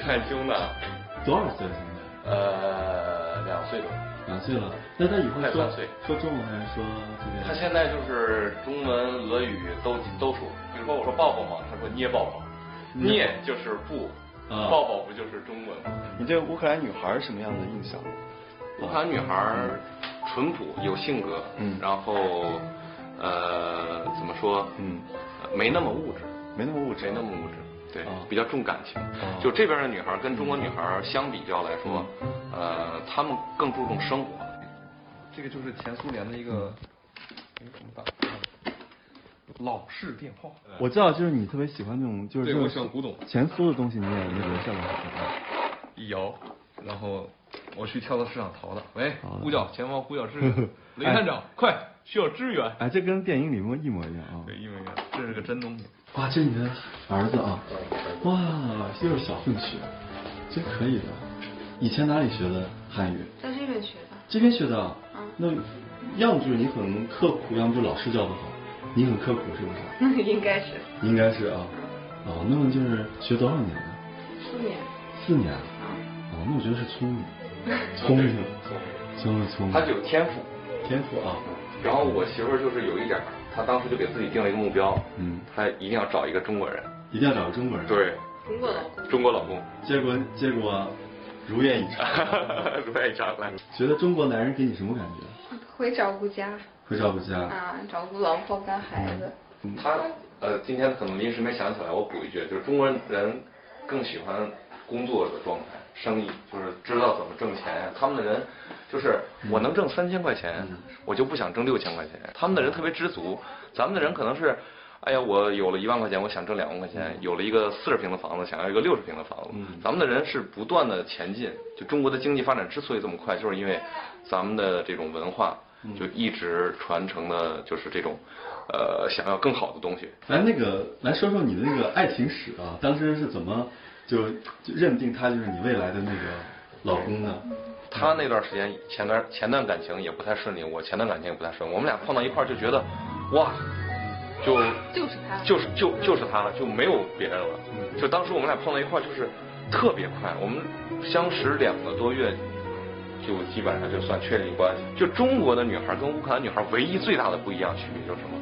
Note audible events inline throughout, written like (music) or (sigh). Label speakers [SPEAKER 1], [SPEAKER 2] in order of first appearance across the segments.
[SPEAKER 1] 看胸的，
[SPEAKER 2] 多少岁了现
[SPEAKER 1] 呃，两岁多。
[SPEAKER 2] 在？两岁了。那他以后
[SPEAKER 1] 快
[SPEAKER 2] 说
[SPEAKER 1] 三岁
[SPEAKER 2] 说中文还是说这
[SPEAKER 3] 嗯
[SPEAKER 2] 个？
[SPEAKER 1] 他现在就是中文、俄语都都熟。比如说我说抱抱嘛，他说捏抱抱，
[SPEAKER 3] 嗯
[SPEAKER 2] 捏
[SPEAKER 1] 捏就是不，
[SPEAKER 2] 啊
[SPEAKER 1] 抱抱不就是中文吗？
[SPEAKER 3] 你对乌克兰女孩什么样的印象？
[SPEAKER 1] 乌克兰女孩儿淳朴有性格，
[SPEAKER 3] 嗯
[SPEAKER 1] 然后呃怎么说，
[SPEAKER 3] 嗯
[SPEAKER 1] 呃，没那么物质，
[SPEAKER 3] 没那么物质，
[SPEAKER 1] 没那么物质，
[SPEAKER 4] 哦
[SPEAKER 1] 对，
[SPEAKER 3] 啊
[SPEAKER 1] 比较重感情。
[SPEAKER 3] 啊
[SPEAKER 1] 就这边的女孩儿跟中国女孩儿相比较来说，呃，她们更注重生活。
[SPEAKER 4] 嗯这个就是前苏联的一个，哎我们打老式电话，
[SPEAKER 2] 我知道，就是你特别喜欢那种，就是
[SPEAKER 4] 对
[SPEAKER 2] 这种
[SPEAKER 4] 我喜欢古董
[SPEAKER 2] 前苏的东西，你也你也留下来。
[SPEAKER 4] 一摇，然后我去跳蚤市场淘的。喂
[SPEAKER 2] 好的，
[SPEAKER 4] 呼叫前方呼叫支 (laughs) 援，雷探长，快，需要支援。
[SPEAKER 2] 哎，这跟电影里面一模一样啊！
[SPEAKER 4] 对，因为这是个真东西。
[SPEAKER 2] 哇，这是你的儿子啊！哇，又是小混血，真可以的。以前哪里学的汉语？
[SPEAKER 5] 在这边学的，
[SPEAKER 2] 这边学的啊
[SPEAKER 5] 嗯。
[SPEAKER 2] 那要么就是你很刻苦，要么就是老师教的好。你很刻苦是不是？
[SPEAKER 5] 那应该是
[SPEAKER 2] 应该是啊。哦，那么就是学多少年呢？
[SPEAKER 5] 四年
[SPEAKER 2] 四年啊。
[SPEAKER 5] 啊，
[SPEAKER 2] 哦，那我觉得是聪明，聪明，真是聪明。
[SPEAKER 1] 她就有天赋，
[SPEAKER 2] 天赋啊。
[SPEAKER 1] 然后我媳妇儿就是有一点儿，她当时就给自己定了一个目标，
[SPEAKER 2] 嗯
[SPEAKER 1] 她一定要找一个中国人，
[SPEAKER 2] 一定要找个中国人。，
[SPEAKER 1] 对，
[SPEAKER 5] 中国老公
[SPEAKER 1] 中国老公， (laughs)
[SPEAKER 2] 结果结果如愿以偿。
[SPEAKER 1] 如愿以偿来。
[SPEAKER 2] 觉得中国男人给你什么感觉？
[SPEAKER 5] 会照顾家
[SPEAKER 2] 会照顾家。
[SPEAKER 5] 啊，照顾老婆跟孩子，
[SPEAKER 1] 他呃，今天可能临时没想起来，我补一句，就是中国人更喜欢工作的状态，生意，就是知道怎么挣钱呀。他们的人就是我能挣三千块钱，我就不想挣六千块钱。他们的人特别知足，咱们的人可能是。哎呀，我有了一万块钱，我想挣两万块钱；有了一个四十平的房子，想要一个六十平的房子。咱们的人是不断的前进，就中国的经济发展之所以这么快，就是因为咱们的这种文化就一直传承的，就是这种呃想要更好的东西。
[SPEAKER 2] 来，那个来说说你的那个爱情史啊，当时是怎么就就认定他就是你未来的那个老公呢？
[SPEAKER 1] 他那段时间前段前段感情也不太顺利，我前段感情也不太顺，我们俩碰到一块儿就觉得，哇，就
[SPEAKER 5] 就是他
[SPEAKER 1] 就是就就是他了，就没有别人了。就当时我们俩碰到一块儿就是特别快，我们相识两个多月，就基本上就算确立关系。就中国的女孩跟乌克兰女孩唯一最大的不一样区别就是什么？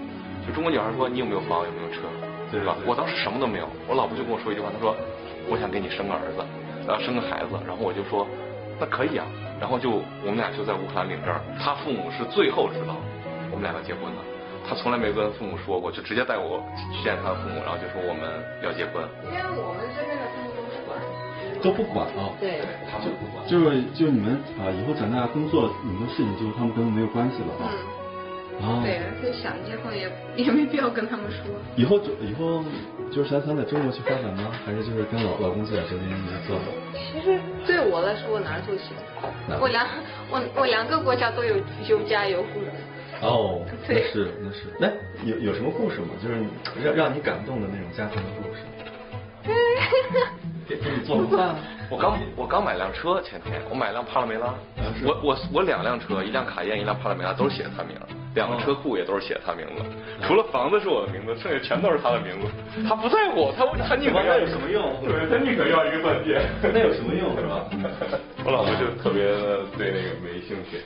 [SPEAKER 1] 就中国女孩说你有没有房，有没有车，
[SPEAKER 2] 对
[SPEAKER 1] 吧？
[SPEAKER 2] 对
[SPEAKER 1] 我当时什么都没有，我老婆就跟我说一句话，她说我想给你生个儿子，然后生个孩子，然后我就说那可以啊，然后就我们俩就在乌克兰领证儿，她父母是最后知道我们两个结婚的，她从来没跟父母说过，就直接带我去见她父母，然后就说我们要结婚，
[SPEAKER 5] 因为我们这边的他们都是管，
[SPEAKER 2] 都不管啊，
[SPEAKER 5] 对，
[SPEAKER 1] 他们不管。
[SPEAKER 2] 就是就你们啊、以后长大工作，你们的事情就他们跟没有关系了啊。
[SPEAKER 5] 嗯，
[SPEAKER 2] 啊，
[SPEAKER 5] 对，而且想结婚也也没必要跟他们说，
[SPEAKER 2] 以后就以后就是想想在中国去发展吗？还是就是跟老老公自己在这边一直做？
[SPEAKER 5] 其实对我来说我哪儿都行，
[SPEAKER 2] 嗯
[SPEAKER 5] 我两我我两个国家都有有家有户，
[SPEAKER 2] 哦，那
[SPEAKER 5] 对
[SPEAKER 2] 是那是。那有有什么故事吗？就是你让让你感动的那种家庭的故
[SPEAKER 5] (laughs)
[SPEAKER 2] 事？给给你做个饭啊。
[SPEAKER 1] 我刚我刚买辆车，前天我买辆帕拉梅拉，我我我两辆车，一辆卡宴，一辆帕拉梅拉，都是写他名儿，两个车库也都是写他名字，除了房子是我的名字，剩下全都是他的名字。他不在乎，他他宁可要
[SPEAKER 2] 那有什么 (laughs) 用
[SPEAKER 1] 对，他宁可要一个钻戒。
[SPEAKER 2] 那有什么用是吧？
[SPEAKER 1] (laughs) 我老婆就特别的对那个没兴趣。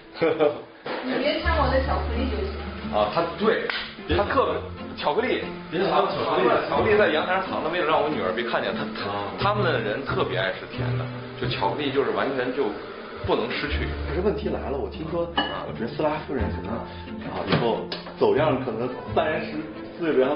[SPEAKER 5] 你别贪我的巧克力就行，
[SPEAKER 1] 啊，他对，他特巧克力，
[SPEAKER 2] 别藏巧克力
[SPEAKER 1] 巧克力哦在阳台上藏着，为了让我女儿别看见。他他他们的人特别爱吃甜的，就巧克力就是完全就不能失去。
[SPEAKER 2] 可是问题来了，我听说啊，我觉得斯拉夫人可能啊以后走样可能三十四十